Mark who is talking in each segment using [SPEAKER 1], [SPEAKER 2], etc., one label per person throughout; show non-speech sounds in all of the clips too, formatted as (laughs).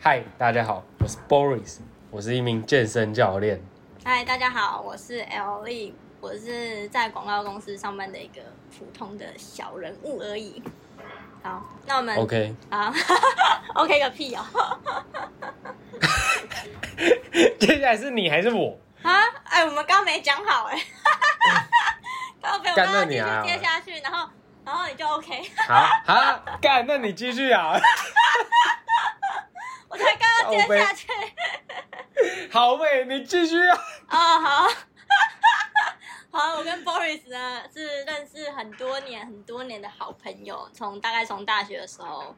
[SPEAKER 1] 嗨，大家好，我是 Boris，我是一名健身教练。
[SPEAKER 2] 嗨，大家好，我是 L E，我是在广告公司上班的一个普通的小人物而已。好，那我们
[SPEAKER 1] OK，
[SPEAKER 2] 啊 (laughs) ，OK 个屁哦！
[SPEAKER 1] (laughs) 接下来是你还是我？
[SPEAKER 2] 啊，哎，我们刚没讲好
[SPEAKER 1] (laughs)
[SPEAKER 2] 哎，刚刚被我
[SPEAKER 1] 干
[SPEAKER 2] 刚
[SPEAKER 1] 那
[SPEAKER 2] 刚继
[SPEAKER 1] 你
[SPEAKER 2] 续
[SPEAKER 1] 啊
[SPEAKER 2] 接下去，然后然后你就 OK， (laughs)
[SPEAKER 1] 好，好， (laughs) 干，那你继续啊。 (laughs)
[SPEAKER 2] 我才刚刚接下去。
[SPEAKER 1] 好妹，你继续啊。
[SPEAKER 2] 哦，好， (laughs) 好，我跟 Boris 呢是认识很多年、很多年的好朋友，从大概从大学的时候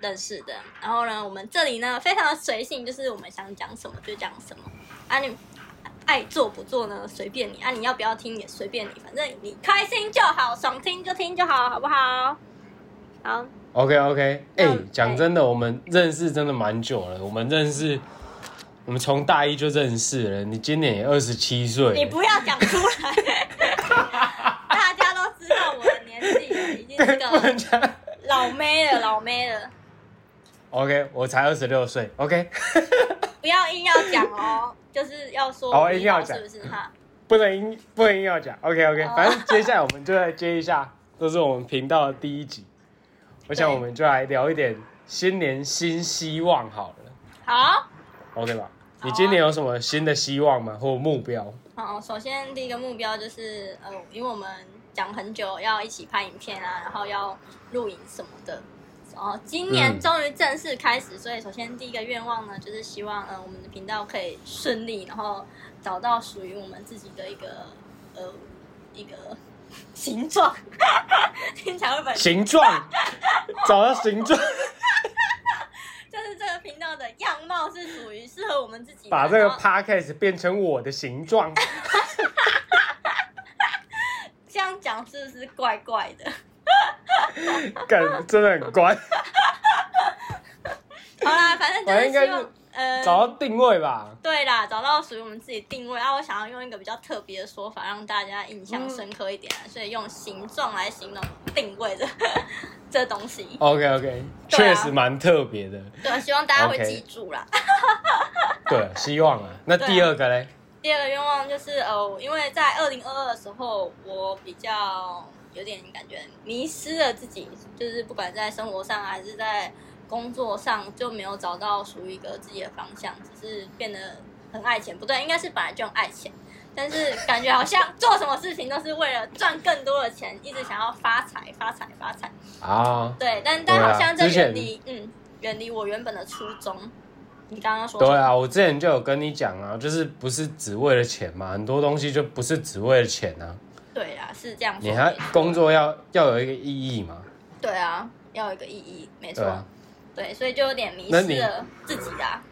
[SPEAKER 2] 认识的。然后呢，我们这里呢非常的随性，就是我们想讲什么就讲什么啊你。爱做不做呢，随便你啊！你要不要听也随便你，反正你开心就好，爽听就听就好，好不好？好，
[SPEAKER 1] OK OK，哎、
[SPEAKER 2] 嗯
[SPEAKER 1] 讲真的，我们认识真的蛮久了，我们认识，我们从大一就认识了。你今年也二十七岁，
[SPEAKER 2] 你不要讲出来， (laughs) 大家都知道我的年纪了，已经
[SPEAKER 1] (laughs)
[SPEAKER 2] 是
[SPEAKER 1] 不能
[SPEAKER 2] 个
[SPEAKER 1] 讲。
[SPEAKER 2] 老妹了，老妹了。
[SPEAKER 1] OK，我才二十六岁。OK，
[SPEAKER 2] 不要硬要讲哦，就是要说
[SPEAKER 1] 哦
[SPEAKER 2] 不
[SPEAKER 1] 硬要讲
[SPEAKER 2] 是不是哈？
[SPEAKER 1] 不能硬不能硬要讲。OK OK，
[SPEAKER 2] 哦
[SPEAKER 1] 反正接下来我们就来接一下，这是我们频道的第一集。我想
[SPEAKER 2] 对
[SPEAKER 1] 我们就来聊一点新年新希望好了
[SPEAKER 2] 好，
[SPEAKER 1] ，OK 吧？
[SPEAKER 2] 好啊
[SPEAKER 1] 你今年有什么新的希望吗？或目标？
[SPEAKER 2] 好，首先第一个目标就是呃，因为我们讲很久要一起拍影片啊，然后要录影什么的。哦，今年
[SPEAKER 1] 嗯
[SPEAKER 2] 终于正式开始，所以首先第一个愿望呢，就是希望呃我们的频道可以顺利，然后找到属于我们自己的一个呃一个 (laughs) 形状，听起来会不会很
[SPEAKER 1] 形状，找到形状，
[SPEAKER 2] 就是这个频道的样貌是属于适合我们自己的，
[SPEAKER 1] 把这个
[SPEAKER 2] 然后
[SPEAKER 1] podcast 变成我的形状。
[SPEAKER 2] 这样讲是不是怪怪的？ (laughs)
[SPEAKER 1] 梗真的很乖，
[SPEAKER 2] 好啦，反正就是希望呃，
[SPEAKER 1] 找到定位吧。
[SPEAKER 2] 对啦，找到属于我们自己定位。啊，我想要用一个比较特别的说法，让大家印
[SPEAKER 1] 嗯
[SPEAKER 2] 象深刻一点啊、所以用形状来形容定位的 (laughs) 这东西。
[SPEAKER 1] OK OK，
[SPEAKER 2] 对
[SPEAKER 1] 确
[SPEAKER 2] 啊
[SPEAKER 1] 实蛮特别的。
[SPEAKER 2] 对，啊希望大家会
[SPEAKER 1] OK
[SPEAKER 2] 记住啦。
[SPEAKER 1] 对，希望啊。那
[SPEAKER 2] 对啊
[SPEAKER 1] 第二个嘞？
[SPEAKER 2] 第二个愿望就是哦，因为在二零二二的时候，我比较有点感觉迷失了自己，就是不管在生活上还是在工作上，就没有找到属于一个自己的方向，只是变得很爱钱。不对，应该是本来就很爱钱，但是感觉好像做什么事情都是为了赚更多的钱，一直想要发财、发财、发财。
[SPEAKER 1] 啊，
[SPEAKER 2] 对，但但好像
[SPEAKER 1] 对啊
[SPEAKER 2] 这
[SPEAKER 1] 之前
[SPEAKER 2] 远离、嗯，远离我原本的初衷。你刚刚说什
[SPEAKER 1] 对
[SPEAKER 2] 么
[SPEAKER 1] 啊，我之前就有跟你讲啊，就是不是只为了钱嘛，很多东西就不是只为了钱啊，
[SPEAKER 2] 对啦，是这样说
[SPEAKER 1] 你
[SPEAKER 2] 没
[SPEAKER 1] 还
[SPEAKER 2] 错
[SPEAKER 1] 工作要要有一个意义嘛。
[SPEAKER 2] 对啊，要有一个意义，没错。
[SPEAKER 1] 对啊
[SPEAKER 2] 对，所以就有点迷
[SPEAKER 1] 那
[SPEAKER 2] 失
[SPEAKER 1] 你
[SPEAKER 2] 了自己啦，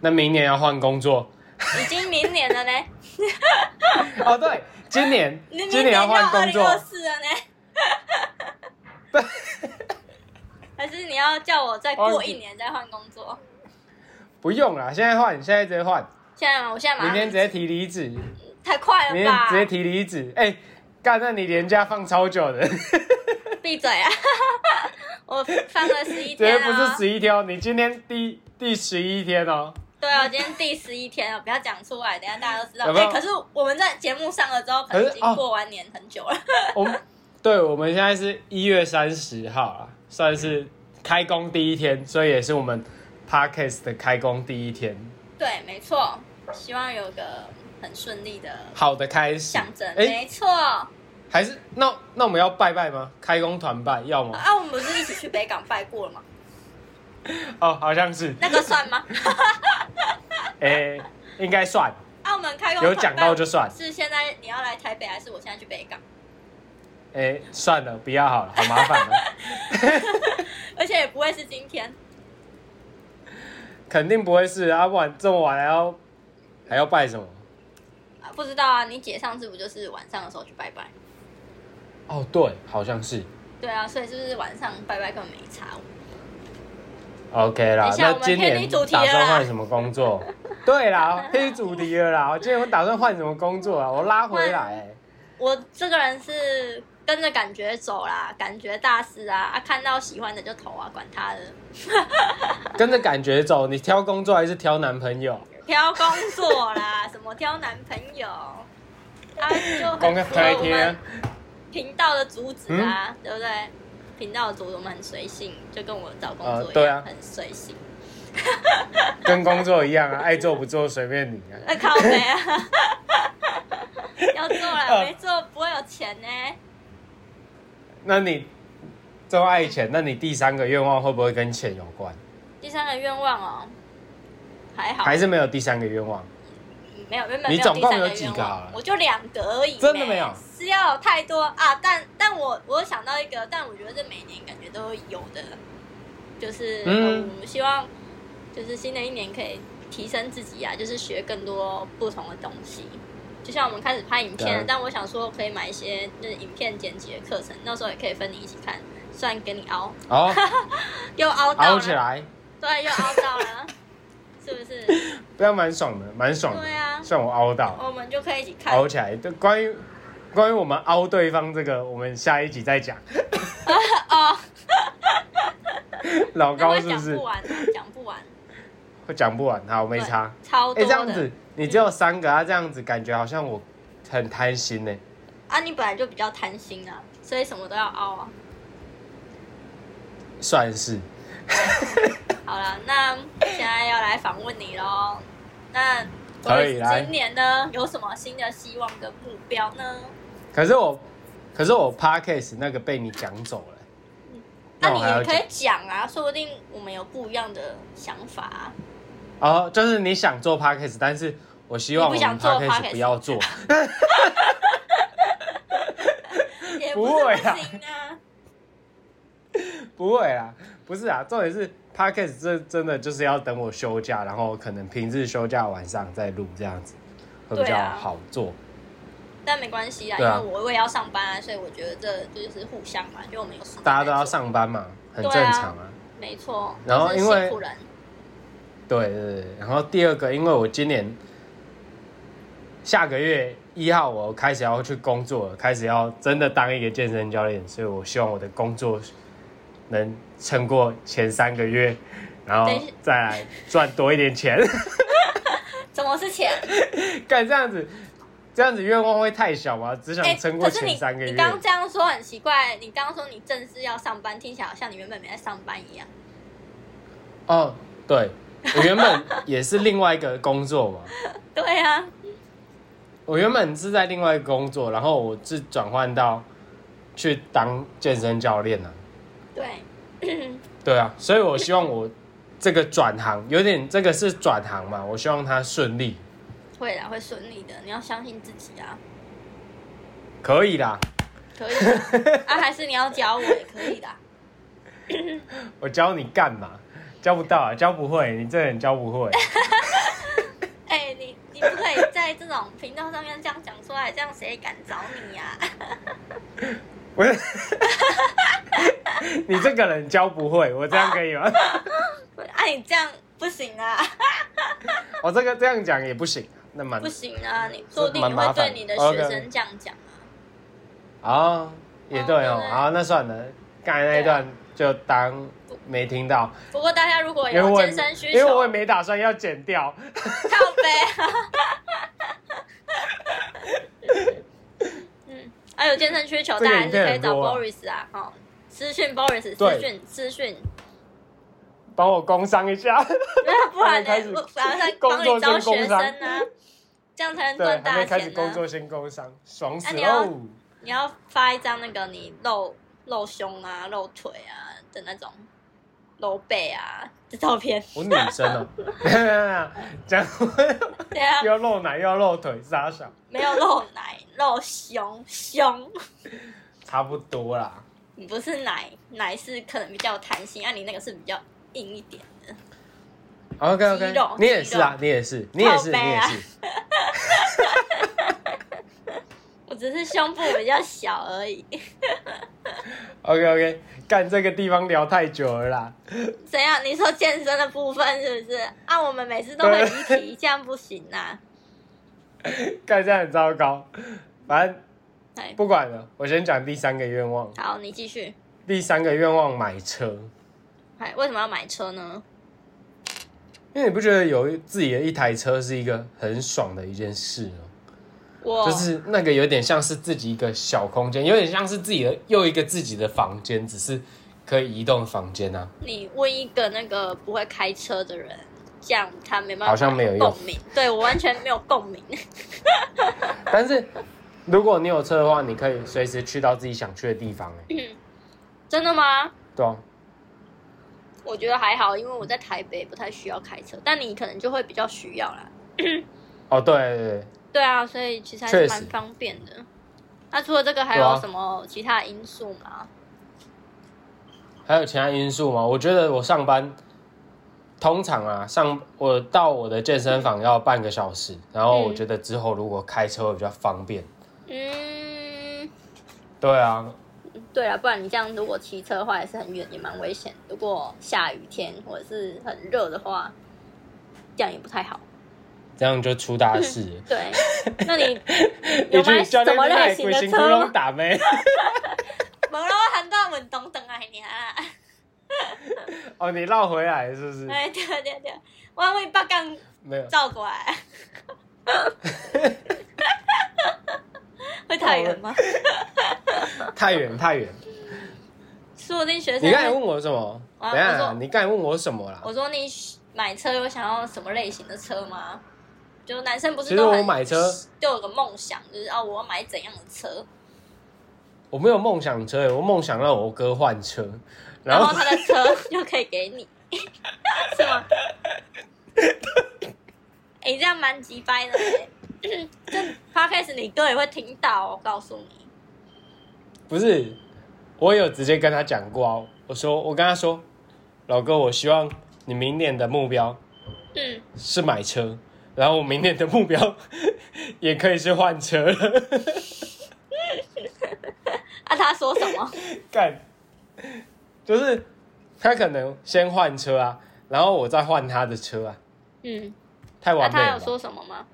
[SPEAKER 1] 那明年要换工作
[SPEAKER 2] 已经明年了呢，
[SPEAKER 1] 哦，对，今年
[SPEAKER 2] 你
[SPEAKER 1] (laughs)
[SPEAKER 2] 明
[SPEAKER 1] 今年要
[SPEAKER 2] 就
[SPEAKER 1] 换
[SPEAKER 2] 二
[SPEAKER 1] 工
[SPEAKER 2] 零二
[SPEAKER 1] 作，
[SPEAKER 2] 四了
[SPEAKER 1] (laughs)
[SPEAKER 2] 呢。还是你要叫我再过一年再换工作？
[SPEAKER 1] 不用啦，现在换，现在直接换，
[SPEAKER 2] 现在吗？我现在马
[SPEAKER 1] 明
[SPEAKER 2] 上
[SPEAKER 1] 天直接提离职，
[SPEAKER 2] 太快
[SPEAKER 1] 明
[SPEAKER 2] 了
[SPEAKER 1] 天
[SPEAKER 2] 啊吧
[SPEAKER 1] 直？接提离职，哎、干，那你连假放超久
[SPEAKER 2] (laughs)
[SPEAKER 1] 的，
[SPEAKER 2] 闭嘴啊！ (laughs) 我放了十一
[SPEAKER 1] 绝 (laughs) 对
[SPEAKER 2] 天
[SPEAKER 1] 不是
[SPEAKER 2] 啊、
[SPEAKER 1] 十一天哦，你今天第第十一天哦，
[SPEAKER 2] 对啊，我今天第十一天了，不要讲出来，等一下大家都知道。
[SPEAKER 1] 有没有
[SPEAKER 2] 哎可是我们在节目上了之后，可能
[SPEAKER 1] 可
[SPEAKER 2] 已
[SPEAKER 1] 是
[SPEAKER 2] 经
[SPEAKER 1] 哦
[SPEAKER 2] 过完年很久了。
[SPEAKER 1] 我们对，我们现在是一月三十号啊，算是开工第一天，所以也是我们 podcast 的开工第一天，
[SPEAKER 2] 对，没错，希望有个很顺利的
[SPEAKER 1] 好的开始。
[SPEAKER 2] 象征，
[SPEAKER 1] 哎、
[SPEAKER 2] 没错。啊，
[SPEAKER 1] 还是那那我们要拜拜吗？开工团拜要
[SPEAKER 2] (laughs)
[SPEAKER 1] 吗？
[SPEAKER 2] 啊我们不是一起去北港拜过
[SPEAKER 1] (laughs)
[SPEAKER 2] 了吗？
[SPEAKER 1] 哦，好像是，
[SPEAKER 2] 那个算吗？
[SPEAKER 1] 哎、应该算，
[SPEAKER 2] 澳门啊开工
[SPEAKER 1] 有讲到就算。
[SPEAKER 2] 是现在你要来台北，还是我现在去北港？ (laughs)
[SPEAKER 1] 哎、算了，不要好了，好麻
[SPEAKER 2] (laughs)
[SPEAKER 1] 烦啊了，
[SPEAKER 2] 而且也不会是今天，
[SPEAKER 1] 肯定不会是啊，不然这么晚还要还要拜什么？
[SPEAKER 2] 啊、不知道啊。你姐上次不就是晚上的时候去拜拜？
[SPEAKER 1] 哦，对，好像是。
[SPEAKER 2] 对啊，所以是不是晚上拜拜根本没差？
[SPEAKER 1] OK 啦
[SPEAKER 2] 等，一下
[SPEAKER 1] 那
[SPEAKER 2] 我们
[SPEAKER 1] 今
[SPEAKER 2] 偏
[SPEAKER 1] 年
[SPEAKER 2] 离主题
[SPEAKER 1] 打
[SPEAKER 2] 了啦
[SPEAKER 1] 算换什么工
[SPEAKER 2] (laughs)
[SPEAKER 1] 作？对啦，偏离主题了啦。我今年我打算换什么工作啊？我拉回来、欸，
[SPEAKER 2] 我这个人是跟着感觉走啦，感觉大师啊，啊看到喜欢的就投啊，管他的。
[SPEAKER 1] 跟着感觉走，你挑工作还是挑男朋友？
[SPEAKER 2] 挑工作啦，什么挑男朋
[SPEAKER 1] (laughs)
[SPEAKER 2] 友，啊，就
[SPEAKER 1] 公
[SPEAKER 2] 很符合
[SPEAKER 1] 开
[SPEAKER 2] 我
[SPEAKER 1] 贴嗯
[SPEAKER 2] 们，频道的主旨啊，对不对？频道的主旨我们很随性，就跟我找工
[SPEAKER 1] 啊
[SPEAKER 2] 作一
[SPEAKER 1] 对
[SPEAKER 2] 样，
[SPEAKER 1] 啊
[SPEAKER 2] 很随性。
[SPEAKER 1] 跟工作一样啊，爱做不做随便你啊。
[SPEAKER 2] 那靠背啊， (laughs) 要做啦，
[SPEAKER 1] (laughs) 呃
[SPEAKER 2] 没做不会有钱呢、
[SPEAKER 1] 那你都爱钱，那你第三个愿望会不会跟钱有关？
[SPEAKER 2] 第三个愿望哦，还好，
[SPEAKER 1] 还是没有第三个愿望？
[SPEAKER 2] 嗯没有，原本
[SPEAKER 1] 你
[SPEAKER 2] 没
[SPEAKER 1] 总
[SPEAKER 2] 第
[SPEAKER 1] 共
[SPEAKER 2] 三
[SPEAKER 1] 有
[SPEAKER 2] 个
[SPEAKER 1] 几
[SPEAKER 2] 愿
[SPEAKER 1] 个
[SPEAKER 2] 望
[SPEAKER 1] 啊
[SPEAKER 2] 我就两个而已。
[SPEAKER 1] 真的没有
[SPEAKER 2] 是要有太多啊！但但我我想到一个，但我觉得这每年感觉都有的，就是嗯
[SPEAKER 1] 嗯
[SPEAKER 2] 希望就是新的一年可以提升自己啊，就是学更多不同的东西。就像我们开始拍影片
[SPEAKER 1] 对
[SPEAKER 2] 了
[SPEAKER 1] 啊，
[SPEAKER 2] 但我想说可以买一些就是影片剪辑的课程，到时候也可以分你一起看，虽然给你凹， (laughs)
[SPEAKER 1] 哦，
[SPEAKER 2] 又
[SPEAKER 1] (laughs)
[SPEAKER 2] 凹到
[SPEAKER 1] 熬起
[SPEAKER 2] 了，
[SPEAKER 1] 来，
[SPEAKER 2] 对，又凹到了，是
[SPEAKER 1] (laughs)
[SPEAKER 2] 不是？
[SPEAKER 1] 不要蛮爽的，蛮爽的。
[SPEAKER 2] 对啊
[SPEAKER 1] 算我凹到了。
[SPEAKER 2] 我们就可以一起看
[SPEAKER 1] 凹起来。对，关于关于我们凹对方这个，我们下一集再讲。
[SPEAKER 2] (laughs) 哦。
[SPEAKER 1] 老
[SPEAKER 2] 那
[SPEAKER 1] 高
[SPEAKER 2] 会
[SPEAKER 1] 是不
[SPEAKER 2] 讲
[SPEAKER 1] 是
[SPEAKER 2] 不完啊，讲不完，
[SPEAKER 1] 会讲不完？好，没差。
[SPEAKER 2] 超
[SPEAKER 1] 哎、
[SPEAKER 2] 多
[SPEAKER 1] 这样
[SPEAKER 2] 的
[SPEAKER 1] 子你只有三个啊，这样子感觉好像我很贪心呢、
[SPEAKER 2] 啊！你本来就比较贪心啊，所以什么都要凹啊。
[SPEAKER 1] 算是。
[SPEAKER 2] 好了，那现在要来访问你喽。那
[SPEAKER 1] 可以
[SPEAKER 2] Boris，
[SPEAKER 1] 来
[SPEAKER 2] 今年呢有什么新的希望跟目标呢？
[SPEAKER 1] 可是我，可是我 podcast 那个被你讲走了、
[SPEAKER 2] 那
[SPEAKER 1] 那我
[SPEAKER 2] 你
[SPEAKER 1] 还要
[SPEAKER 2] 也可
[SPEAKER 1] 讲
[SPEAKER 2] 以讲啊，说不定我们有不一样的想法啊、
[SPEAKER 1] 哦，就是你想做 podcast，但是我希望我
[SPEAKER 2] 你
[SPEAKER 1] 们
[SPEAKER 2] 不想做
[SPEAKER 1] podcast
[SPEAKER 2] podcast
[SPEAKER 1] 不要做。
[SPEAKER 2] 也
[SPEAKER 1] 不
[SPEAKER 2] 不是
[SPEAKER 1] 会啊
[SPEAKER 2] 不行啊。
[SPEAKER 1] 不会啦，不是啊，重点是 podcast 这真的就是要等我休假，然后可能平日休假晚上再录这样子，会比
[SPEAKER 2] 对
[SPEAKER 1] 较
[SPEAKER 2] 啊
[SPEAKER 1] 好做。
[SPEAKER 2] 但没关系啦，因
[SPEAKER 1] 对啊
[SPEAKER 2] 为我我也要上班啊，所以我觉得这这就是互相嘛，就我们有时间
[SPEAKER 1] 大家都要
[SPEAKER 2] 再做，
[SPEAKER 1] 上班嘛，很
[SPEAKER 2] 对
[SPEAKER 1] 正
[SPEAKER 2] 啊
[SPEAKER 1] 常啊。
[SPEAKER 2] 没错。
[SPEAKER 1] 然后
[SPEAKER 2] 就是
[SPEAKER 1] 因为
[SPEAKER 2] 辛苦人
[SPEAKER 1] 对对对。然后第二个，因为我今年下个月一号我开始要去工作了，开始要真的当一个健身教练，所以我希望我的工作能撑过前三个月，然后
[SPEAKER 2] 等一下
[SPEAKER 1] 再来赚多一点钱。
[SPEAKER 2] 怎么是钱？
[SPEAKER 1] 干这样子，这样子愿望会太小吗？只想
[SPEAKER 2] 哎，
[SPEAKER 1] 撑过
[SPEAKER 2] 可是
[SPEAKER 1] 前
[SPEAKER 2] 你
[SPEAKER 1] 三个月。
[SPEAKER 2] 你刚刚这样说很奇怪，你刚刚说你正式要上班，听起来好像你原本没在上班一样。
[SPEAKER 1] 哦，对，我原
[SPEAKER 2] (laughs)
[SPEAKER 1] 本也是另外一个工作嘛。
[SPEAKER 2] 对啊，
[SPEAKER 1] 我原本是在另外一个工作，然后我是转换到去当健身教练啊。
[SPEAKER 2] 对，
[SPEAKER 1] 对啊，所以我希望我这个转行有点这个是转行嘛，我希望它顺利，
[SPEAKER 2] 会啦，会顺利的。你要相信自己啊，
[SPEAKER 1] 可以啦。
[SPEAKER 2] 可以的啊，还是你要教我也可以的。
[SPEAKER 1] 我教你干嘛？教不到啊，教不会，你这人教不会。 (laughs)
[SPEAKER 2] 哎、你你不可以在这种频道上面这样讲出来，这样谁敢找你呀、啊？ (laughs)
[SPEAKER 1] 我 (laughs) 是你这个人教不会，我这样可以吗？
[SPEAKER 2] 啊，你这样不行啊，
[SPEAKER 1] (laughs) 我哦这个这样讲也不行，那蛮
[SPEAKER 2] 不行啊，你说不定
[SPEAKER 1] 蛮
[SPEAKER 2] 你
[SPEAKER 1] 麻
[SPEAKER 2] 会
[SPEAKER 1] 烦
[SPEAKER 2] 对你的
[SPEAKER 1] 的
[SPEAKER 2] 学
[SPEAKER 1] OK
[SPEAKER 2] 生这样讲啊。
[SPEAKER 1] 哦，也对
[SPEAKER 2] 哦
[SPEAKER 1] 哦
[SPEAKER 2] 对，
[SPEAKER 1] 好，那算了，刚才那一段就当没听到。
[SPEAKER 2] 不过大家如果
[SPEAKER 1] 因为
[SPEAKER 2] 有
[SPEAKER 1] 我也
[SPEAKER 2] 健身需
[SPEAKER 1] 因为我也
[SPEAKER 2] 求，
[SPEAKER 1] 没打算要剪掉。
[SPEAKER 2] (laughs) 靠背、啊。嗯，啊，有健身需求，
[SPEAKER 1] 这
[SPEAKER 2] 大
[SPEAKER 1] 个
[SPEAKER 2] 家还是可以
[SPEAKER 1] 影片很
[SPEAKER 2] 找
[SPEAKER 1] 多啊
[SPEAKER 2] Boris 啊，哦，私讯 Boris，私
[SPEAKER 1] 对
[SPEAKER 2] 讯私讯，
[SPEAKER 1] 帮我工商一
[SPEAKER 2] (laughs)
[SPEAKER 1] 下，
[SPEAKER 2] 不然
[SPEAKER 1] (laughs) 还没开始
[SPEAKER 2] 呢，我然后再
[SPEAKER 1] 工
[SPEAKER 2] 帮
[SPEAKER 1] 作
[SPEAKER 2] 你招
[SPEAKER 1] 先工
[SPEAKER 2] 学生
[SPEAKER 1] 商
[SPEAKER 2] 啊，这样才能
[SPEAKER 1] 对，(laughs)
[SPEAKER 2] 赚
[SPEAKER 1] 还没
[SPEAKER 2] 大
[SPEAKER 1] 开始
[SPEAKER 2] 钱
[SPEAKER 1] 工
[SPEAKER 2] 呢。
[SPEAKER 1] 作先工商，爽死
[SPEAKER 2] 那你要
[SPEAKER 1] 哦！
[SPEAKER 2] 你要发一张那个你露露胸啊、露腿啊的那种露背啊的照片，
[SPEAKER 1] 我女生哦，没有没有没有 (laughs) 讲
[SPEAKER 2] 对啊
[SPEAKER 1] 又，要露奶又要露腿，傻小，
[SPEAKER 2] 没有露奶、露胸、胸。
[SPEAKER 1] 差不多啦。
[SPEAKER 2] 你不是奶奶是可能比较有弹性，啊，你那个是比较硬一点的。
[SPEAKER 1] OK
[SPEAKER 2] 肌
[SPEAKER 1] OK，
[SPEAKER 2] 肉
[SPEAKER 1] 你也是啊
[SPEAKER 2] 肌，
[SPEAKER 1] 你也是，你也是，
[SPEAKER 2] 靠
[SPEAKER 1] 你
[SPEAKER 2] 背
[SPEAKER 1] 也
[SPEAKER 2] 啊
[SPEAKER 1] 是。
[SPEAKER 2] 我只是胸部比较小而已。 (laughs)
[SPEAKER 1] OK OK，干这个地方聊太久了啦。
[SPEAKER 2] 怎样？你说健身的部分是不是？啊，我们每次都会离题，这样不行啊。
[SPEAKER 1] 干这样很糟糕。反正
[SPEAKER 2] 哎，
[SPEAKER 1] 不管了，我先讲第三个愿望。
[SPEAKER 2] 好，你继续。
[SPEAKER 1] 第三个愿望买车，
[SPEAKER 2] 哎，为什么要买车呢？
[SPEAKER 1] 因为你不觉得有自己的一台车是一个很爽的一件事吗？
[SPEAKER 2] 我
[SPEAKER 1] 就是那个有点像是自己一个小空间，有点像是自己的又一个自己的房间，只是可以移动的房间啊。
[SPEAKER 2] 你问一个那个不会开车的人，这样他没办法
[SPEAKER 1] 好像没有用
[SPEAKER 2] 共鸣，对我完全没有共鸣。 (laughs)
[SPEAKER 1] 但是如果你有车的话，你可以随时去到自己想去的地方、欸，
[SPEAKER 2] 真的吗？
[SPEAKER 1] 对啊，
[SPEAKER 2] 我觉得还好，因为我在台北不太需要开车，但你可能就会比较需要啦。
[SPEAKER 1] 哦对对对对，
[SPEAKER 2] 对啊，所以其实还
[SPEAKER 1] 确实
[SPEAKER 2] 是蛮方便的。那除了这个，还
[SPEAKER 1] 对
[SPEAKER 2] 有
[SPEAKER 1] 啊
[SPEAKER 2] 什么其他因素吗？
[SPEAKER 1] 还有其他因素吗？我觉得我上班通常啊，上我到我的健身房要半个小时，然后我
[SPEAKER 2] 嗯
[SPEAKER 1] 觉得之后如果开车会比较方便。
[SPEAKER 2] 嗯，
[SPEAKER 1] 对啊，
[SPEAKER 2] 对啊，不然你这样如果骑车的话也是很远，也蛮危险。如果下雨天或者是很热的话，这样也不太好。
[SPEAKER 1] 这样就出大事了。
[SPEAKER 2] 对，那你有
[SPEAKER 1] (laughs) 一
[SPEAKER 2] 买
[SPEAKER 1] 句教
[SPEAKER 2] 什
[SPEAKER 1] 练
[SPEAKER 2] 么类
[SPEAKER 1] 在
[SPEAKER 2] 型
[SPEAKER 1] 鬼
[SPEAKER 2] 的
[SPEAKER 1] 行窟
[SPEAKER 2] 车
[SPEAKER 1] 窿
[SPEAKER 2] 吗？
[SPEAKER 1] 打咩？
[SPEAKER 2] 无啦，我喊到运动回来尔。
[SPEAKER 1] 哦，你绕回来是不是？
[SPEAKER 2] 哎，对对对，我为北港
[SPEAKER 1] 没有，
[SPEAKER 2] 照
[SPEAKER 1] (laughs)
[SPEAKER 2] 过来。 (laughs) 会太远吗？
[SPEAKER 1] 太远太远。
[SPEAKER 2] 说不定学
[SPEAKER 1] 你
[SPEAKER 2] 生
[SPEAKER 1] 刚才
[SPEAKER 2] 会。
[SPEAKER 1] 问我什么？
[SPEAKER 2] 啊
[SPEAKER 1] 等一下
[SPEAKER 2] 我说
[SPEAKER 1] 啊，你刚才问我什么啦？
[SPEAKER 2] 我说你买车有想要什么类型的车吗？就男生不
[SPEAKER 1] 其
[SPEAKER 2] 是
[SPEAKER 1] 实
[SPEAKER 2] 都
[SPEAKER 1] 我
[SPEAKER 2] 很
[SPEAKER 1] 买车，
[SPEAKER 2] 都有个梦想，就是哦，我要买怎样的车？
[SPEAKER 1] 我没有梦想车，我梦想让我哥换车，然
[SPEAKER 2] 然后
[SPEAKER 1] 后
[SPEAKER 2] 他的车
[SPEAKER 1] (laughs)
[SPEAKER 2] 就可以给你， (laughs) 是吗？哎、这样蛮鸡掰的耶，这 podcast 你哥也会听到、我告诉你。
[SPEAKER 1] 不是，我有直接跟他讲过啊。我说，我跟他说，老哥，我希望你明年的目标
[SPEAKER 2] 嗯，
[SPEAKER 1] 是买车，然后我明年的目标 (laughs) 也可以是换车了。 (laughs)
[SPEAKER 2] 啊，他说什
[SPEAKER 1] (laughs)
[SPEAKER 2] 么？
[SPEAKER 1] 干，就是他可能先换车啊，然后我再换他的车啊，
[SPEAKER 2] 嗯，
[SPEAKER 1] 太
[SPEAKER 2] 那、
[SPEAKER 1] 完美
[SPEAKER 2] 他
[SPEAKER 1] 了
[SPEAKER 2] 有
[SPEAKER 1] 吧。
[SPEAKER 2] 说什么吗？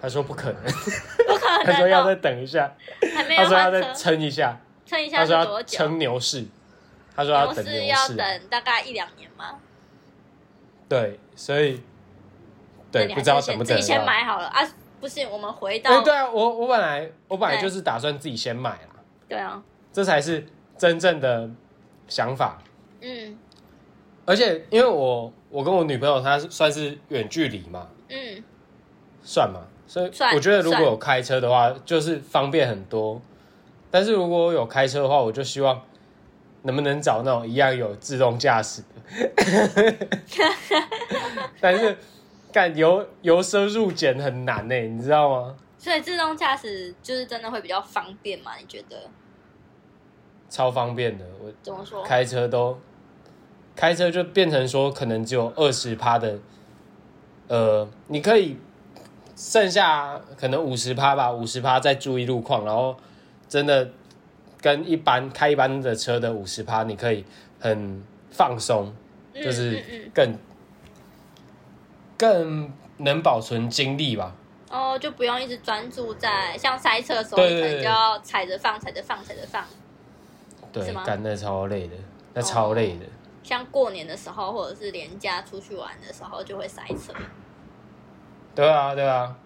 [SPEAKER 1] 他说不
[SPEAKER 2] (laughs)
[SPEAKER 1] 可能，
[SPEAKER 2] 不可
[SPEAKER 1] 他说
[SPEAKER 2] 能
[SPEAKER 1] 要再
[SPEAKER 2] 哦、
[SPEAKER 1] 等一下，
[SPEAKER 2] 还没有
[SPEAKER 1] 他说要
[SPEAKER 2] 换
[SPEAKER 1] 再
[SPEAKER 2] 车，
[SPEAKER 1] 撑一下，
[SPEAKER 2] 撑一下
[SPEAKER 1] 他
[SPEAKER 2] 是
[SPEAKER 1] 说
[SPEAKER 2] 多
[SPEAKER 1] 要
[SPEAKER 2] 久？
[SPEAKER 1] 撑牛市，他说要
[SPEAKER 2] 牛
[SPEAKER 1] 等
[SPEAKER 2] 市
[SPEAKER 1] 牛
[SPEAKER 2] 要
[SPEAKER 1] 市，
[SPEAKER 2] 等大概一两年吗？
[SPEAKER 1] 对，所以
[SPEAKER 2] 那
[SPEAKER 1] 对
[SPEAKER 2] 你
[SPEAKER 1] 不
[SPEAKER 2] 还
[SPEAKER 1] 知道
[SPEAKER 2] 是先
[SPEAKER 1] 等不
[SPEAKER 2] 自
[SPEAKER 1] 等
[SPEAKER 2] 己
[SPEAKER 1] 得
[SPEAKER 2] 先
[SPEAKER 1] 到。
[SPEAKER 2] 买好了啊！不是，我们回到、
[SPEAKER 1] 哦哎，对啊，我我本来我本来
[SPEAKER 2] 对
[SPEAKER 1] 就是打算自己先买啦，
[SPEAKER 2] 对啊，
[SPEAKER 1] 这才是真正的想法。
[SPEAKER 2] 嗯
[SPEAKER 1] 而且因为我我跟我女朋友她算是远距离嘛，
[SPEAKER 2] 嗯，
[SPEAKER 1] 算嘛，所以
[SPEAKER 2] 算
[SPEAKER 1] 我觉得如果
[SPEAKER 2] 算
[SPEAKER 1] 有开车的话，就是方便很多。但是如果我有开车的话，我就希望能不能找那种一样有自动驾驶 (laughs) 的。但是干由由奢入俭很难呢、你知道吗？
[SPEAKER 2] 所以自动驾驶就是真的会比较方便嘛？你觉得
[SPEAKER 1] 超方便的，我
[SPEAKER 2] 怎么说？
[SPEAKER 1] 开车都开车就变成说，可能只有二十趴的，呃，你可以剩下可能五十趴吧，五十趴再注意路况，然后真的跟一般开一般的车的五十趴，你可以很放松，
[SPEAKER 2] 嗯
[SPEAKER 1] 就是
[SPEAKER 2] 嗯
[SPEAKER 1] 更更能保存精力吧。
[SPEAKER 2] 嗯，哦，就不用一直专注在像塞车的时候，
[SPEAKER 1] 对
[SPEAKER 2] 你可
[SPEAKER 1] 对
[SPEAKER 2] 能
[SPEAKER 1] 对
[SPEAKER 2] 就要踩着放，踩着放，踩着放。
[SPEAKER 1] 对
[SPEAKER 2] 是吗，哦
[SPEAKER 1] 干那超累的，那超累的。
[SPEAKER 2] 像过年的时候，或者是连假出去玩的时候，就会塞车。
[SPEAKER 1] 对啊，对啊，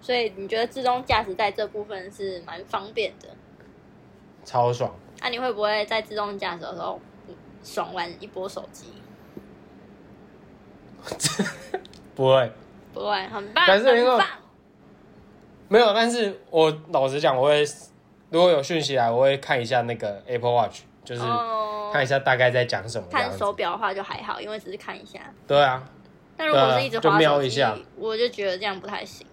[SPEAKER 2] 所以你觉得自动驾驶在这部分是蛮方便的？
[SPEAKER 1] 超爽。 (laughs)
[SPEAKER 2] 那、你会不会在自动驾驶的时候嗯爽玩一波手机？
[SPEAKER 1] 不会，
[SPEAKER 2] 不会，很棒，
[SPEAKER 1] 但是因为
[SPEAKER 2] 很棒。
[SPEAKER 1] 没有，但是我老实讲，我会如果有讯息来，我会看一下那个 Apple Watch，就是
[SPEAKER 2] 哦，
[SPEAKER 1] 看一下大概在讲什么这样
[SPEAKER 2] 看手
[SPEAKER 1] 子。
[SPEAKER 2] 表的话就还好，因为只是看一下。
[SPEAKER 1] 对啊，
[SPEAKER 2] 但如果
[SPEAKER 1] 对啊
[SPEAKER 2] 是一直
[SPEAKER 1] 就
[SPEAKER 2] 滑
[SPEAKER 1] 瞄
[SPEAKER 2] 手
[SPEAKER 1] 一
[SPEAKER 2] 机
[SPEAKER 1] 下，
[SPEAKER 2] 我就觉得这样不太行。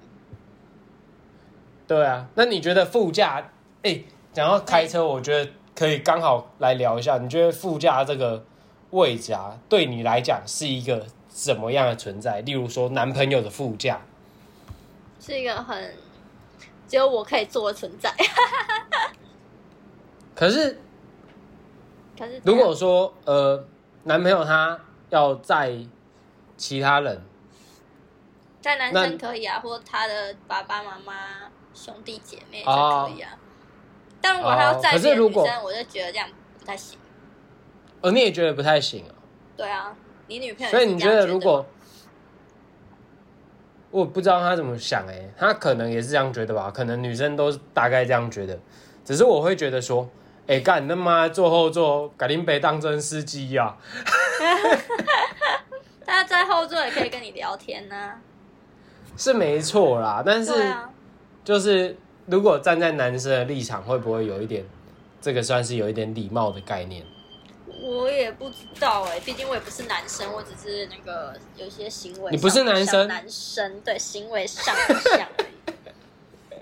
[SPEAKER 1] 对啊。那你觉得副驾？哎，讲到开车，我觉得可以刚好来聊一下。你觉得副驾这个位置啊，对你来讲是一个怎么样的存在？例如说，男朋友的副驾，
[SPEAKER 2] 是一个很只有我可以做的存在。 (laughs)
[SPEAKER 1] 可是
[SPEAKER 2] 可是啊这
[SPEAKER 1] 如
[SPEAKER 2] 样
[SPEAKER 1] 果说呃，男朋友他要载其他人，
[SPEAKER 2] 在男
[SPEAKER 1] 那
[SPEAKER 2] 生可以啊，或他的爸爸妈妈、兄弟姐妹才可以啊。但如果还要
[SPEAKER 1] 哦
[SPEAKER 2] 再
[SPEAKER 1] 可是
[SPEAKER 2] 别的
[SPEAKER 1] 如
[SPEAKER 2] 女
[SPEAKER 1] 果
[SPEAKER 2] 生，我就觉得这样不太行。
[SPEAKER 1] 哦，你也觉得不太行哦。
[SPEAKER 2] 对啊，你女朋友
[SPEAKER 1] 所以
[SPEAKER 2] 也是
[SPEAKER 1] 你
[SPEAKER 2] 这
[SPEAKER 1] 觉
[SPEAKER 2] 样觉
[SPEAKER 1] 得如果我不知道他怎么想哎、他可能也是这样觉得吧？可能女生都是大概这样觉得，只是我会觉得说，哎、干你他妈坐后座，改林北当真司机啊呀、
[SPEAKER 2] 他在后座也可以跟你聊天呢、
[SPEAKER 1] 是没错啦。但是
[SPEAKER 2] 对啊，
[SPEAKER 1] 就是如果站在男生的立场，会不会有一点这个算是有一点礼貌的概念？ (laughs)
[SPEAKER 2] 我也不知道哎、毕竟我也不是男生，我只是那个有些行为上。
[SPEAKER 1] 你不是男生
[SPEAKER 2] 像男生对行为上不像而已。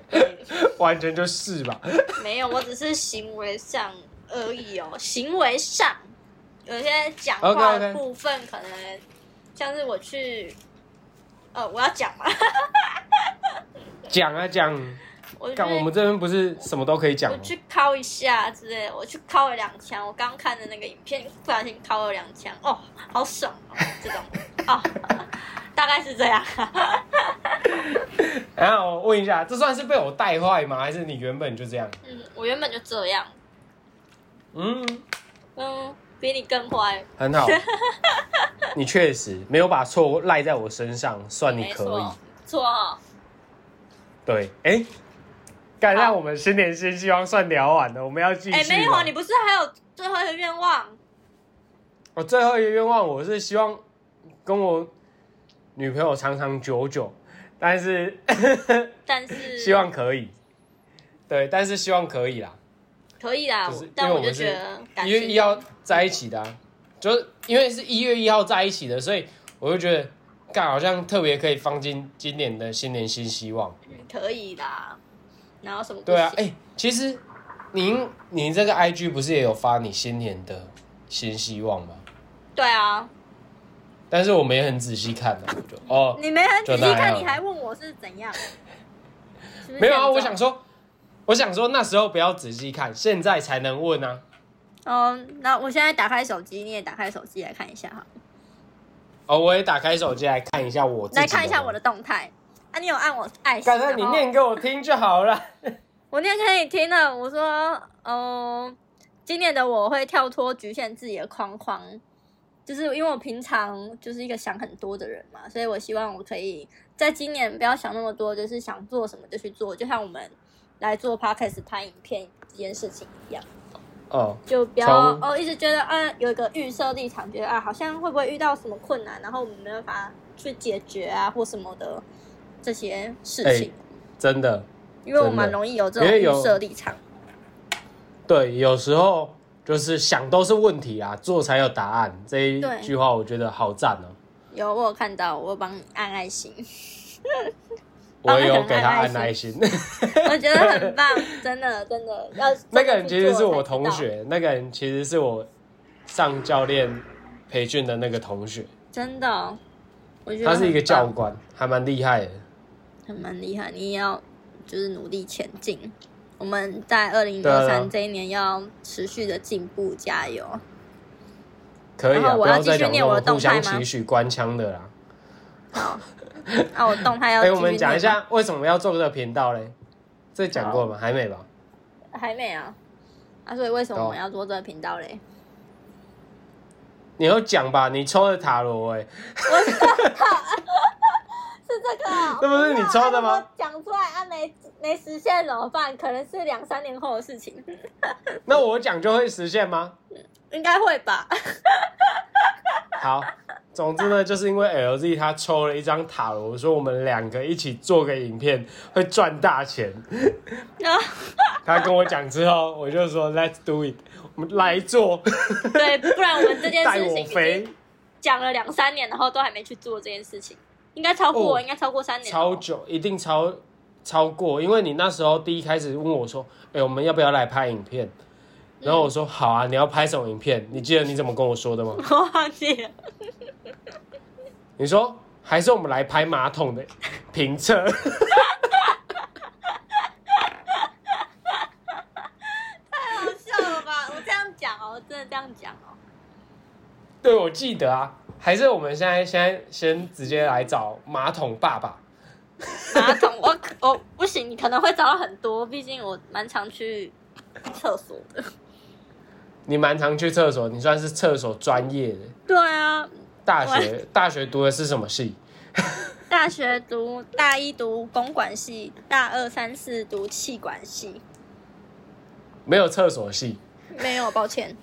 [SPEAKER 2] 对
[SPEAKER 1] 完全就是吧。
[SPEAKER 2] 没有，我只是行为上而已哦，行为上有些讲话
[SPEAKER 1] OK，OK
[SPEAKER 2] 的部分可能像是我去，呃，我要讲嘛，
[SPEAKER 1] 讲啊讲，
[SPEAKER 2] 我去
[SPEAKER 1] 干我们这边不是什么都可以讲
[SPEAKER 2] 我
[SPEAKER 1] 吗？
[SPEAKER 2] 去敲一下之类，我去敲了两枪，我刚看的那个影片不小心敲了两枪，哦，好爽哦，这种哦， (laughs) 大概是这样， (laughs)
[SPEAKER 1] 然后我问一下，这算是被我带坏吗？还是你原本就这样？
[SPEAKER 2] 嗯，我原本就这样，
[SPEAKER 1] 嗯，
[SPEAKER 2] 嗯，比你更坏，
[SPEAKER 1] 很好。 (laughs) 你确实没有把错赖在我身上，算你
[SPEAKER 2] 没
[SPEAKER 1] 可
[SPEAKER 2] 错
[SPEAKER 1] 以。
[SPEAKER 2] 不错哦，
[SPEAKER 1] 对，哎、刚才
[SPEAKER 2] 好
[SPEAKER 1] 我们新年新希望算聊完了，我们要继续吗。
[SPEAKER 2] 哎，没有啊，你不是还有最后一个愿望？
[SPEAKER 1] 我最后一个愿望，我是希望跟我女朋友长长久久，但是
[SPEAKER 2] 但是
[SPEAKER 1] (laughs) 希望可以。对，但是希望可以啦。
[SPEAKER 2] 可以啦
[SPEAKER 1] 就是，因
[SPEAKER 2] 但
[SPEAKER 1] 为
[SPEAKER 2] 我
[SPEAKER 1] 我
[SPEAKER 2] 就
[SPEAKER 1] 们是
[SPEAKER 2] 觉得感
[SPEAKER 1] 一月
[SPEAKER 2] 情
[SPEAKER 1] 一号在一起的、啊，就是因为是一月一号在一起的，所以我就觉得，干好像特别可以放进今年的新年新希望。
[SPEAKER 2] 嗯可以啦，然后什么不
[SPEAKER 1] 对啊，
[SPEAKER 2] 行
[SPEAKER 1] 哎、其实您您这个 IG 不是也有发你新年的新希望吗？
[SPEAKER 2] 对啊，
[SPEAKER 1] 但是我没很仔细看呢、我就哦，
[SPEAKER 2] 你没很
[SPEAKER 1] 就
[SPEAKER 2] 仔细
[SPEAKER 1] 那
[SPEAKER 2] 看，
[SPEAKER 1] 样
[SPEAKER 2] 你还问我是
[SPEAKER 1] (laughs)
[SPEAKER 2] 怎样？是不是
[SPEAKER 1] 没有
[SPEAKER 2] 欠
[SPEAKER 1] 啊，
[SPEAKER 2] 揍
[SPEAKER 1] 我想说，我想说那时候不要仔细看，现在才能问啊。
[SPEAKER 2] 哦，那我现在打开手机，你也打开手机来看一下哈，
[SPEAKER 1] 哦，我也打开手机来看一下我自己，
[SPEAKER 2] 来看一下我的。动态。啊，你有按我爱心？
[SPEAKER 1] 刚才
[SPEAKER 2] 然
[SPEAKER 1] 你
[SPEAKER 2] 后
[SPEAKER 1] 念给我听就好了。
[SPEAKER 2] 我念给你听了。我说，哦，今年的我会跳脱局限自己的框框，就是因为我平常就是一个想很多的人嘛，所以我希望我可以在今年不要想那么多，就是想做什么就去做，就像我们来做 podcast 拍影片这件事情一样。
[SPEAKER 1] 哦，
[SPEAKER 2] 就不要
[SPEAKER 1] 从
[SPEAKER 2] 哦，一直觉得啊有一个预设立场，觉得啊好像会不会遇到什么困难，然后我们没办法去解决啊或什么的这些事情，
[SPEAKER 1] 真的。
[SPEAKER 2] 因为我
[SPEAKER 1] 哎真的
[SPEAKER 2] 蛮容易有这种
[SPEAKER 1] 因为
[SPEAKER 2] 预
[SPEAKER 1] 有
[SPEAKER 2] 设立场。
[SPEAKER 1] 对，有时候就是想都是问题啊，做才有答案。这一
[SPEAKER 2] 对
[SPEAKER 1] 句话我觉得好赞哦、
[SPEAKER 2] 有我有看到，我有帮你按
[SPEAKER 1] (laughs)
[SPEAKER 2] 爱心，哦
[SPEAKER 1] 我也有给他按爱心。
[SPEAKER 2] 我觉得很棒，真的真的要
[SPEAKER 1] 那个人其实是我同，
[SPEAKER 2] 真的去做才知道
[SPEAKER 1] 学，那个人其实是我上教练培训的那个同学，
[SPEAKER 2] 真的哦、我觉得
[SPEAKER 1] 他是一个
[SPEAKER 2] 很
[SPEAKER 1] 教
[SPEAKER 2] 棒
[SPEAKER 1] 官，还蛮厉害的。
[SPEAKER 2] 很蛮厉害，你也要就是努力前进。我们在二零
[SPEAKER 1] 对
[SPEAKER 2] 二
[SPEAKER 1] 啊
[SPEAKER 2] 三这一年要持续的进步，加油！
[SPEAKER 1] 可以
[SPEAKER 2] 然
[SPEAKER 1] 啊，
[SPEAKER 2] 后
[SPEAKER 1] 不
[SPEAKER 2] 我要
[SPEAKER 1] 要再讲
[SPEAKER 2] 继续
[SPEAKER 1] 那
[SPEAKER 2] 念我的
[SPEAKER 1] 种
[SPEAKER 2] 动
[SPEAKER 1] 互相
[SPEAKER 2] 态吗
[SPEAKER 1] 期许官腔的啦。
[SPEAKER 2] 好，那啊我动态要
[SPEAKER 1] 哎、
[SPEAKER 2] 继续
[SPEAKER 1] 我们讲一
[SPEAKER 2] 念吗，
[SPEAKER 1] 下为什么要做这个频道嘞？这讲过吗？还没吧？
[SPEAKER 2] 还没啊，啊，所以为什么
[SPEAKER 1] 哦
[SPEAKER 2] 我们要做这个频道嘞？
[SPEAKER 1] 你要讲吧，你抽的塔罗哎、
[SPEAKER 2] 是这个啊、
[SPEAKER 1] 这不是你抽的吗
[SPEAKER 2] 我讲出来啊，没没实现怎么办？可能是两三年后的事情，
[SPEAKER 1] 那我讲就会实现吗？
[SPEAKER 2] (laughs) 应该会 (laughs) 吧？
[SPEAKER 1] 好，总之呢，就是因为 LZ 他抽了一张塔罗，说我们两个一起做个影片会赚大钱。
[SPEAKER 2] 然后
[SPEAKER 1] 他跟我讲之后，我就说 Let's do it，我们来做，
[SPEAKER 2] 对，不然我们这件
[SPEAKER 1] 带
[SPEAKER 2] 事
[SPEAKER 1] 我
[SPEAKER 2] 情已
[SPEAKER 1] 飞
[SPEAKER 2] 经，讲了两三年，然后都还没去做这件事情，应该超过，
[SPEAKER 1] 哦
[SPEAKER 2] 应该超过三年了
[SPEAKER 1] 超
[SPEAKER 2] 哦，
[SPEAKER 1] 久，一定超超过，因为你那时候第一开始问我说，哎、我们要不要来拍影片？
[SPEAKER 2] 嗯
[SPEAKER 1] 然后我说好啊，你要拍什么影片？你记得你怎么跟我说的吗？
[SPEAKER 2] (laughs) 我忘记了。
[SPEAKER 1] 你说还是我们来拍马桶的 (laughs) 评测。
[SPEAKER 2] 太好笑了吧！我这样讲哦，我真的这样讲哦。
[SPEAKER 1] 对，我记得啊，还是我们现在现在先直接来找马桶爸爸，
[SPEAKER 2] 马桶，我我不行，你可能会找到很多，毕竟我蛮常去厕所的。
[SPEAKER 1] 你蛮常去厕所，你算是厕所专业的。
[SPEAKER 2] 对啊，
[SPEAKER 1] 大
[SPEAKER 2] (laughs)
[SPEAKER 1] 学大学读的是什么系？
[SPEAKER 2] 大学读大一读公管系，大二三四读气管系，
[SPEAKER 1] 没有厕所系。
[SPEAKER 2] 没有，抱歉。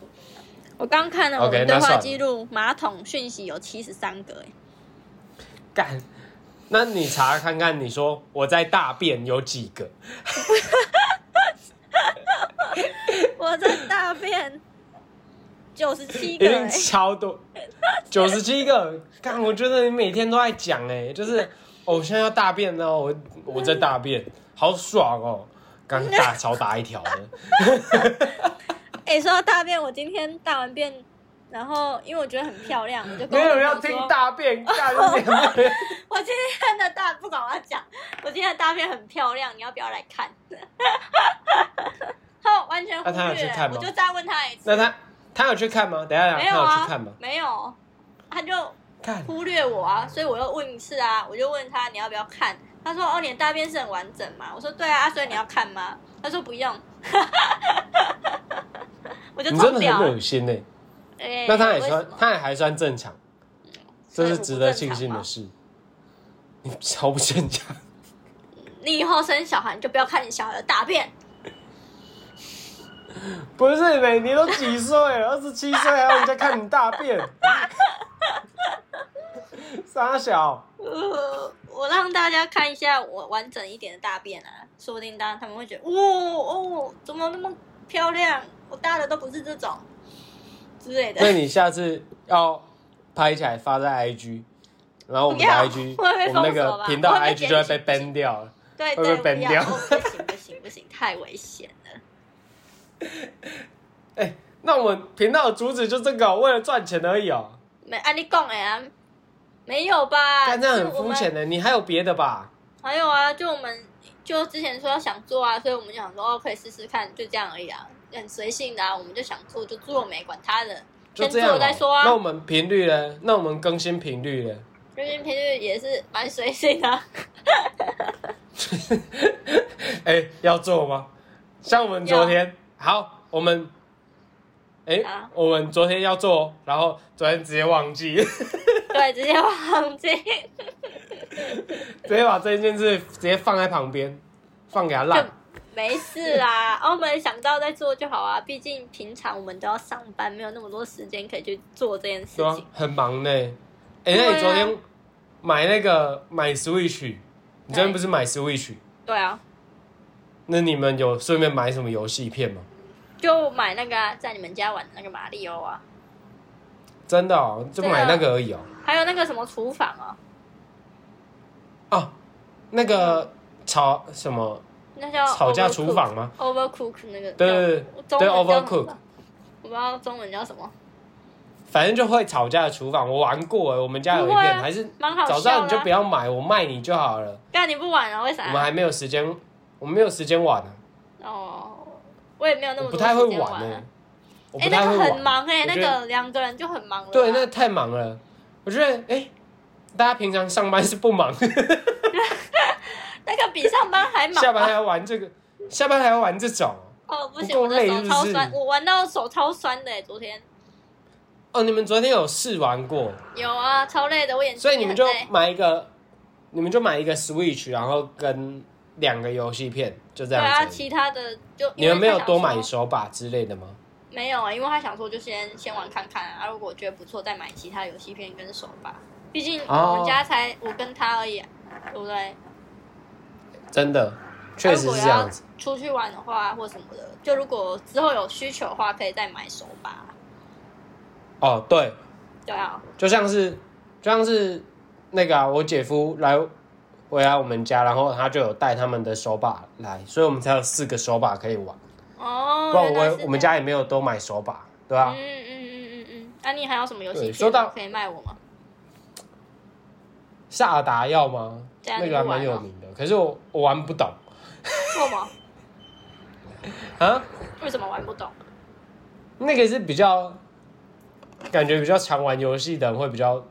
[SPEAKER 2] 我刚看了
[SPEAKER 1] OK，
[SPEAKER 2] 我们对
[SPEAKER 1] 那算
[SPEAKER 2] 话
[SPEAKER 1] 了
[SPEAKER 2] 记录马桶讯息有七十三个、欸， (laughs)
[SPEAKER 1] 干，那你查看看，你说我在大便有几个？
[SPEAKER 2] 我在大便九十七
[SPEAKER 1] 一
[SPEAKER 2] 个、欸
[SPEAKER 1] 定，超多，九十七个。干，我觉得你每天都在讲哎、就是哦，我现在要大便了，我我在大便，好爽哦。刚大超大一条
[SPEAKER 2] (laughs)
[SPEAKER 1] 的，
[SPEAKER 2] 哎、说到大便，我今天大完便，然后因为我觉得很漂亮，我就跟
[SPEAKER 1] 没
[SPEAKER 2] 我
[SPEAKER 1] 有
[SPEAKER 2] 朋
[SPEAKER 1] 人要
[SPEAKER 2] 友
[SPEAKER 1] 听
[SPEAKER 2] 说
[SPEAKER 1] 大
[SPEAKER 2] (laughs)
[SPEAKER 1] 便，干你娘的
[SPEAKER 2] 我今天的大不管我要讲，我今天的大便很漂亮，你要不要来看？ (laughs) 他完全忽
[SPEAKER 1] 那他有去
[SPEAKER 2] 略，
[SPEAKER 1] 看吗
[SPEAKER 2] 我就再问他一
[SPEAKER 1] (laughs)
[SPEAKER 2] 次，
[SPEAKER 1] 那他他有去看吗？等一下，等一
[SPEAKER 2] 没
[SPEAKER 1] 下
[SPEAKER 2] 有
[SPEAKER 1] 他有
[SPEAKER 2] 啊，
[SPEAKER 1] 去看吗？
[SPEAKER 2] 没有，他就
[SPEAKER 1] 看，
[SPEAKER 2] 忽略我啊，所以我又问一次啊，我就问他你要不要看，他说哦，你的大便是很完整嘛，我说对啊，啊所以你要看吗？他说不用， (laughs) 我就
[SPEAKER 1] 你真
[SPEAKER 2] 冲
[SPEAKER 1] 的
[SPEAKER 2] 掉
[SPEAKER 1] 很
[SPEAKER 2] 了
[SPEAKER 1] 恶。心呢、
[SPEAKER 2] 哎
[SPEAKER 1] 那他也
[SPEAKER 2] 为什
[SPEAKER 1] 算，
[SPEAKER 2] 么
[SPEAKER 1] 他也还算正常，这是值得庆幸的
[SPEAKER 2] 所以
[SPEAKER 1] 事。
[SPEAKER 2] 我不正常吗
[SPEAKER 1] 你超不正常，啊
[SPEAKER 2] 你以后生小孩你就不要看你小孩的大便，
[SPEAKER 1] 不是每你都几岁 (laughs) 了，二十七岁还要人家看你大便， (laughs) 傻小。
[SPEAKER 2] 呃，我让大家看一下我完整一点的大便啊，说不定大家他们会觉得，哇哦哦，怎么那么漂亮？我大的都不是这种之类的。
[SPEAKER 1] 那你下次要拍起来发在 IG，然后我们的
[SPEAKER 2] 不要
[SPEAKER 1] IG，
[SPEAKER 2] 会被
[SPEAKER 1] 我们那
[SPEAKER 2] 封锁
[SPEAKER 1] 个
[SPEAKER 2] 吧
[SPEAKER 1] 频道
[SPEAKER 2] 会被
[SPEAKER 1] IG 就会被
[SPEAKER 2] 检
[SPEAKER 1] ban 掉了。
[SPEAKER 2] 对
[SPEAKER 1] 会
[SPEAKER 2] 对，
[SPEAKER 1] 被 ban
[SPEAKER 2] 不要
[SPEAKER 1] 掉
[SPEAKER 2] 哦不行不行不行，太危险了。
[SPEAKER 1] 哎，那我们频道的主旨就这个哦，为了赚钱而已哦。
[SPEAKER 2] 没，按、你讲的啊，没有吧？
[SPEAKER 1] 但这样很
[SPEAKER 2] 啊是我
[SPEAKER 1] 肤
[SPEAKER 2] 们
[SPEAKER 1] 浅的，你还有别的吧？
[SPEAKER 2] 还有啊，就我们就之前说要想做啊，所以我们就想说哦，可以试试看，就这样而已啊，很随性的啊，我们就想做就做没，管他的，
[SPEAKER 1] 就
[SPEAKER 2] 先
[SPEAKER 1] 这样哦、
[SPEAKER 2] 做再说啊。
[SPEAKER 1] 那我们频率呢？那我们更新频率呢？
[SPEAKER 2] 最近频率也是蛮随性的啊。
[SPEAKER 1] (laughs) 哎、要做吗？像我们昨天，好，我们，哎、
[SPEAKER 2] 啊
[SPEAKER 1] 我们昨天要做哦，然后昨天直接忘记， (laughs)
[SPEAKER 2] 对，直接忘记。
[SPEAKER 1] 直接把这件事直接放在旁边，放给他
[SPEAKER 2] 就
[SPEAKER 1] 烂。
[SPEAKER 2] 没事啦，啊我们想到再做就好啊。毕竟平常我们都要上班，没有那么多时间可以去做这件事
[SPEAKER 1] 对啊
[SPEAKER 2] 情。，
[SPEAKER 1] 很忙呢。哎、
[SPEAKER 2] 对啊
[SPEAKER 1] 那你昨天买那个买 Switch，你昨天不是买 Switch？
[SPEAKER 2] 对啊，
[SPEAKER 1] 那你们有顺便买什么游戏片吗？
[SPEAKER 2] 就买那个啊、在你们家玩的那个马里奥啊，
[SPEAKER 1] 真的哦，就买那个而已哦。
[SPEAKER 2] 还有那个什么厨房啊，
[SPEAKER 1] 哦，那个炒什么
[SPEAKER 2] 那叫
[SPEAKER 1] 吵架厨房吗？
[SPEAKER 2] Overcook 那个
[SPEAKER 1] 对对
[SPEAKER 2] 叫
[SPEAKER 1] 对
[SPEAKER 2] 中文叫什么
[SPEAKER 1] Overcook
[SPEAKER 2] 我不知道中文叫什么，
[SPEAKER 1] 反正就会吵架的厨房，我玩过哎，我们家有一
[SPEAKER 2] 不会
[SPEAKER 1] 片，
[SPEAKER 2] 啊
[SPEAKER 1] 还是
[SPEAKER 2] 蛮好笑的啊
[SPEAKER 1] 早知道你就不要买，我卖你就好了。
[SPEAKER 2] 但你不玩啊？为
[SPEAKER 1] 我们
[SPEAKER 2] 啥？
[SPEAKER 1] 还没有时间，我们没有时间玩啊，
[SPEAKER 2] 哦，我也没有那
[SPEAKER 1] 我
[SPEAKER 2] 么
[SPEAKER 1] 不
[SPEAKER 2] 多
[SPEAKER 1] 太会
[SPEAKER 2] 时间
[SPEAKER 1] 玩
[SPEAKER 2] 啊
[SPEAKER 1] 呢。。我
[SPEAKER 2] 哎、
[SPEAKER 1] 不
[SPEAKER 2] 那
[SPEAKER 1] 太会
[SPEAKER 2] 个
[SPEAKER 1] 玩，
[SPEAKER 2] 很忙哎、
[SPEAKER 1] 我
[SPEAKER 2] 那
[SPEAKER 1] 觉得
[SPEAKER 2] 个两个人就很忙了啊。
[SPEAKER 1] 对，那太忙了。我觉得哎，大家平常上班是不
[SPEAKER 2] (laughs)
[SPEAKER 1] 忙，
[SPEAKER 2] 那个比上班还忙。啊
[SPEAKER 1] 下班还要玩这个，下班还要玩这种。
[SPEAKER 2] 哦，不行，
[SPEAKER 1] 不够
[SPEAKER 2] 我的
[SPEAKER 1] 累是
[SPEAKER 2] 手
[SPEAKER 1] 不
[SPEAKER 2] 超
[SPEAKER 1] 是
[SPEAKER 2] 酸，我玩到手超酸的欸、昨天
[SPEAKER 1] 哦，你们昨天有试玩过，
[SPEAKER 2] 有啊，超累的，我眼睛
[SPEAKER 1] 所以
[SPEAKER 2] 也
[SPEAKER 1] 你们
[SPEAKER 2] 很
[SPEAKER 1] 就
[SPEAKER 2] 累。
[SPEAKER 1] 买一个，你们就买一个 Switch，然后跟两个游戏片，就这
[SPEAKER 2] 对
[SPEAKER 1] 样子而
[SPEAKER 2] 啊，
[SPEAKER 1] 已。
[SPEAKER 2] 其他的就因
[SPEAKER 1] 你
[SPEAKER 2] 为
[SPEAKER 1] 们没
[SPEAKER 2] 他
[SPEAKER 1] 有
[SPEAKER 2] 想
[SPEAKER 1] 多买
[SPEAKER 2] 说
[SPEAKER 1] 手把之类的吗？
[SPEAKER 2] 没有啊，因为他想说就先先玩看看啊，啊如果觉得不错再买其他游戏片跟手吧。毕竟
[SPEAKER 1] 哦
[SPEAKER 2] 我们家才我跟他而已、啊，对不对？啊
[SPEAKER 1] 真的，确实是这样子。
[SPEAKER 2] 出去玩的话或什么的，就如果之后有需求的话，可以再买手把。
[SPEAKER 1] 哦，对，
[SPEAKER 2] 对啊，
[SPEAKER 1] 就像是就像是那个啊，我姐夫来回来我们家，然后他就有带他们的手把来，所以我们才有四个手把可以玩。
[SPEAKER 2] 哦，
[SPEAKER 1] 不然
[SPEAKER 2] 原来
[SPEAKER 1] 我
[SPEAKER 2] 是
[SPEAKER 1] 我们
[SPEAKER 2] 这
[SPEAKER 1] 家
[SPEAKER 2] 样
[SPEAKER 1] 也没有多买手把，对啊吧、
[SPEAKER 2] 嗯嗯嗯嗯嗯，那、啊、你还有什么游戏
[SPEAKER 1] 对
[SPEAKER 2] 片
[SPEAKER 1] 说到
[SPEAKER 2] 可以卖我吗？
[SPEAKER 1] 萨达要吗？
[SPEAKER 2] 这样
[SPEAKER 1] 那
[SPEAKER 2] 你
[SPEAKER 1] 个还
[SPEAKER 2] 不玩
[SPEAKER 1] 蛮有
[SPEAKER 2] 哦
[SPEAKER 1] 名的，可是我我玩不懂
[SPEAKER 2] 为什么？
[SPEAKER 1] 啊。
[SPEAKER 2] 为什么玩不懂？
[SPEAKER 1] 那个是比较感觉比较常玩游戏的人会比较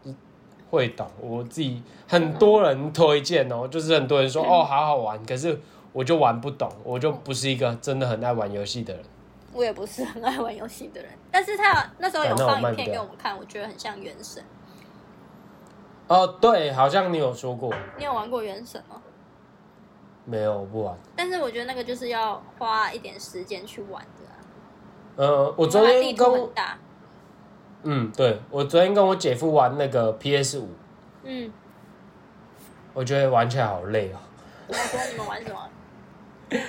[SPEAKER 1] 会懂。我自己很多人推荐哦，就是很多人说哦好好玩，可是我就玩不懂，我就不是一个真的很爱玩游戏的人。
[SPEAKER 2] 我也不是很爱玩游戏的人，但是他有那时候有
[SPEAKER 1] 对那我
[SPEAKER 2] 放
[SPEAKER 1] 慢
[SPEAKER 2] 影片
[SPEAKER 1] 点
[SPEAKER 2] 给我们看，我觉得很像《原神》。
[SPEAKER 1] 哦，对，好像你有说过，
[SPEAKER 2] 你有玩过《原神》吗？
[SPEAKER 1] 没有我不玩。
[SPEAKER 2] 但是我觉得那个就是要花一点时间去玩的啊、
[SPEAKER 1] 呃，我
[SPEAKER 2] 因
[SPEAKER 1] 昨
[SPEAKER 2] 为它地
[SPEAKER 1] 天
[SPEAKER 2] 图
[SPEAKER 1] 跟
[SPEAKER 2] 很大，
[SPEAKER 1] 嗯，对我昨天跟我姐夫玩那个 PS 五，
[SPEAKER 2] 嗯，
[SPEAKER 1] 我觉得玩起来好累哦。
[SPEAKER 2] 我说你们玩
[SPEAKER 1] (laughs)
[SPEAKER 2] 什么？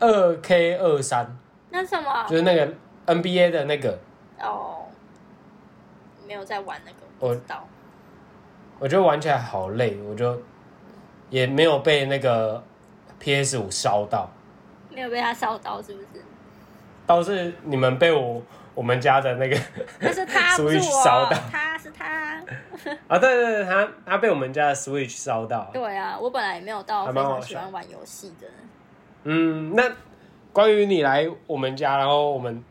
[SPEAKER 1] 二 K 二三
[SPEAKER 2] 那什么
[SPEAKER 1] 就是那个 NBA 的那个，
[SPEAKER 2] 哦，没有在玩那个，
[SPEAKER 1] 我
[SPEAKER 2] 不知道。
[SPEAKER 1] 我觉得玩起来好累，我就也没有被那个 PS 五烧到，
[SPEAKER 2] 没有被他烧到，是不
[SPEAKER 1] (laughs)
[SPEAKER 2] 是？
[SPEAKER 1] 倒是你们被我我们家的那个 (laughs)
[SPEAKER 2] 那是他，不是
[SPEAKER 1] Switch 烧
[SPEAKER 2] 我
[SPEAKER 1] 到，
[SPEAKER 2] 他是他。
[SPEAKER 1] 啊，对对对，他他被我们家的 Switch 烧到，
[SPEAKER 2] 对啊，我本来也没有到
[SPEAKER 1] 还
[SPEAKER 2] 非
[SPEAKER 1] 蛮
[SPEAKER 2] 常
[SPEAKER 1] 好
[SPEAKER 2] 喜
[SPEAKER 1] 笑
[SPEAKER 2] 欢玩游戏的。
[SPEAKER 1] 嗯，那关于你来我们家，然后我们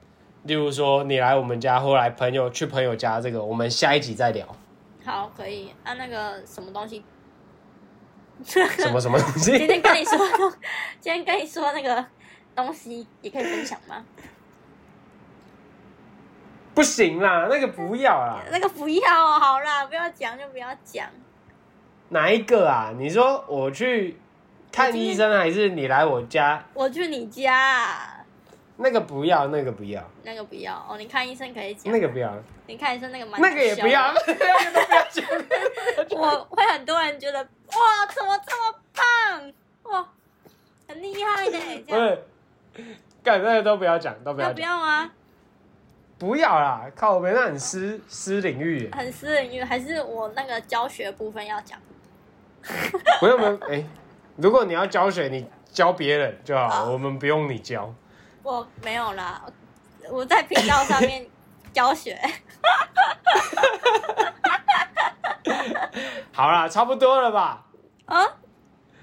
[SPEAKER 1] 例如说你来我们家，或来朋友去朋友家这个，我们下一集再聊
[SPEAKER 2] 好，可以啊，那个什么
[SPEAKER 1] (laughs)
[SPEAKER 2] 东西，
[SPEAKER 1] 什么什么东
[SPEAKER 2] 今
[SPEAKER 1] 西。
[SPEAKER 2] 天跟你说的，今天跟你说那个东西也可以分享吗？
[SPEAKER 1] 不行啦，那个不要啦。
[SPEAKER 2] 那个不要哦，好啦，不要讲就不要讲。
[SPEAKER 1] 哪一个啊？你说我去看医生，还是你来我家？
[SPEAKER 2] 我去你家啊，
[SPEAKER 1] 那个不要，那个不要，
[SPEAKER 2] 那个不要哦。你看医生可以讲，
[SPEAKER 1] 那个不要，
[SPEAKER 2] 你看医生那个蛮
[SPEAKER 1] 那个也不要，
[SPEAKER 2] 好笑
[SPEAKER 1] (laughs) 那个都不要讲。
[SPEAKER 2] 的。我会很多人觉得哇，怎么这么棒？哇，很厉害呢，这
[SPEAKER 1] 不
[SPEAKER 2] 样
[SPEAKER 1] 是，干那个都不要讲，都不要
[SPEAKER 2] 要不
[SPEAKER 1] 讲，
[SPEAKER 2] 要啊？
[SPEAKER 1] 不要啦！靠，我们那很私私领
[SPEAKER 2] (laughs)
[SPEAKER 1] 域耶，
[SPEAKER 2] 很私人因为还是我那个教学部分要讲？
[SPEAKER 1] 不用不用。哎，如果你要教水，你教别人就好，
[SPEAKER 2] 好
[SPEAKER 1] 我们不用你教。
[SPEAKER 2] 我没有啦，我在频道上面教学。
[SPEAKER 1] 好啦，差不多了吧？
[SPEAKER 2] 啊？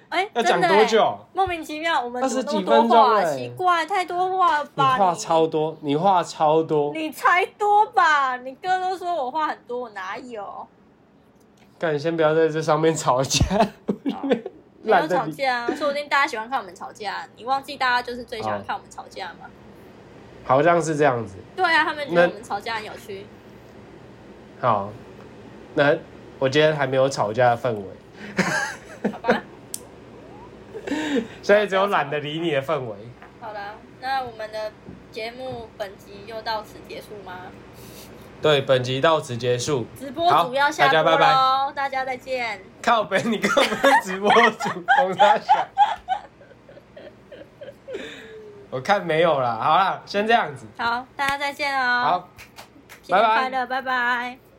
[SPEAKER 2] 哎、
[SPEAKER 1] 要
[SPEAKER 2] 真
[SPEAKER 1] 讲
[SPEAKER 2] 的
[SPEAKER 1] 多
[SPEAKER 2] 欸
[SPEAKER 1] 久？
[SPEAKER 2] 莫名其妙，我们
[SPEAKER 1] 20
[SPEAKER 2] 读那么
[SPEAKER 1] 几
[SPEAKER 2] 多
[SPEAKER 1] 分
[SPEAKER 2] 话、
[SPEAKER 1] 钟欸
[SPEAKER 2] 奇怪，太多话了
[SPEAKER 1] 你
[SPEAKER 2] 吧？
[SPEAKER 1] 话超多，你话超多，
[SPEAKER 2] 你才多吧？你哥都说我话很多，我哪有？
[SPEAKER 1] 干，先不要在这上面吵架。
[SPEAKER 2] 没有
[SPEAKER 1] 懒得
[SPEAKER 2] 吵
[SPEAKER 1] 理
[SPEAKER 2] 架
[SPEAKER 1] (laughs)
[SPEAKER 2] 啊，说不定大家喜欢看我们吵架。你忘记大家就是最喜欢
[SPEAKER 1] 哦
[SPEAKER 2] 看我们吵架吗？
[SPEAKER 1] 好像是这样子。
[SPEAKER 2] 对啊，他们觉
[SPEAKER 1] 那
[SPEAKER 2] 得我们吵架很有趣。
[SPEAKER 1] 好，那我今天还没有吵架的氛围，
[SPEAKER 2] 好吧， (laughs)
[SPEAKER 1] 现在只有懒得理你的氛围。
[SPEAKER 2] 好啦，那我们的节目本集就到此结束吗？
[SPEAKER 1] 对，本集到此结束。
[SPEAKER 2] 直播
[SPEAKER 1] 好
[SPEAKER 2] 主要下
[SPEAKER 1] 大家
[SPEAKER 2] 播
[SPEAKER 1] 拜拜
[SPEAKER 2] 喽，大家再见。
[SPEAKER 1] 靠北，你根本直播主封他小。我看没有啦，好啦，先这样子。
[SPEAKER 2] 好，大家再见哦。
[SPEAKER 1] 好，
[SPEAKER 2] 新年
[SPEAKER 1] 拜拜
[SPEAKER 2] 快乐，拜拜。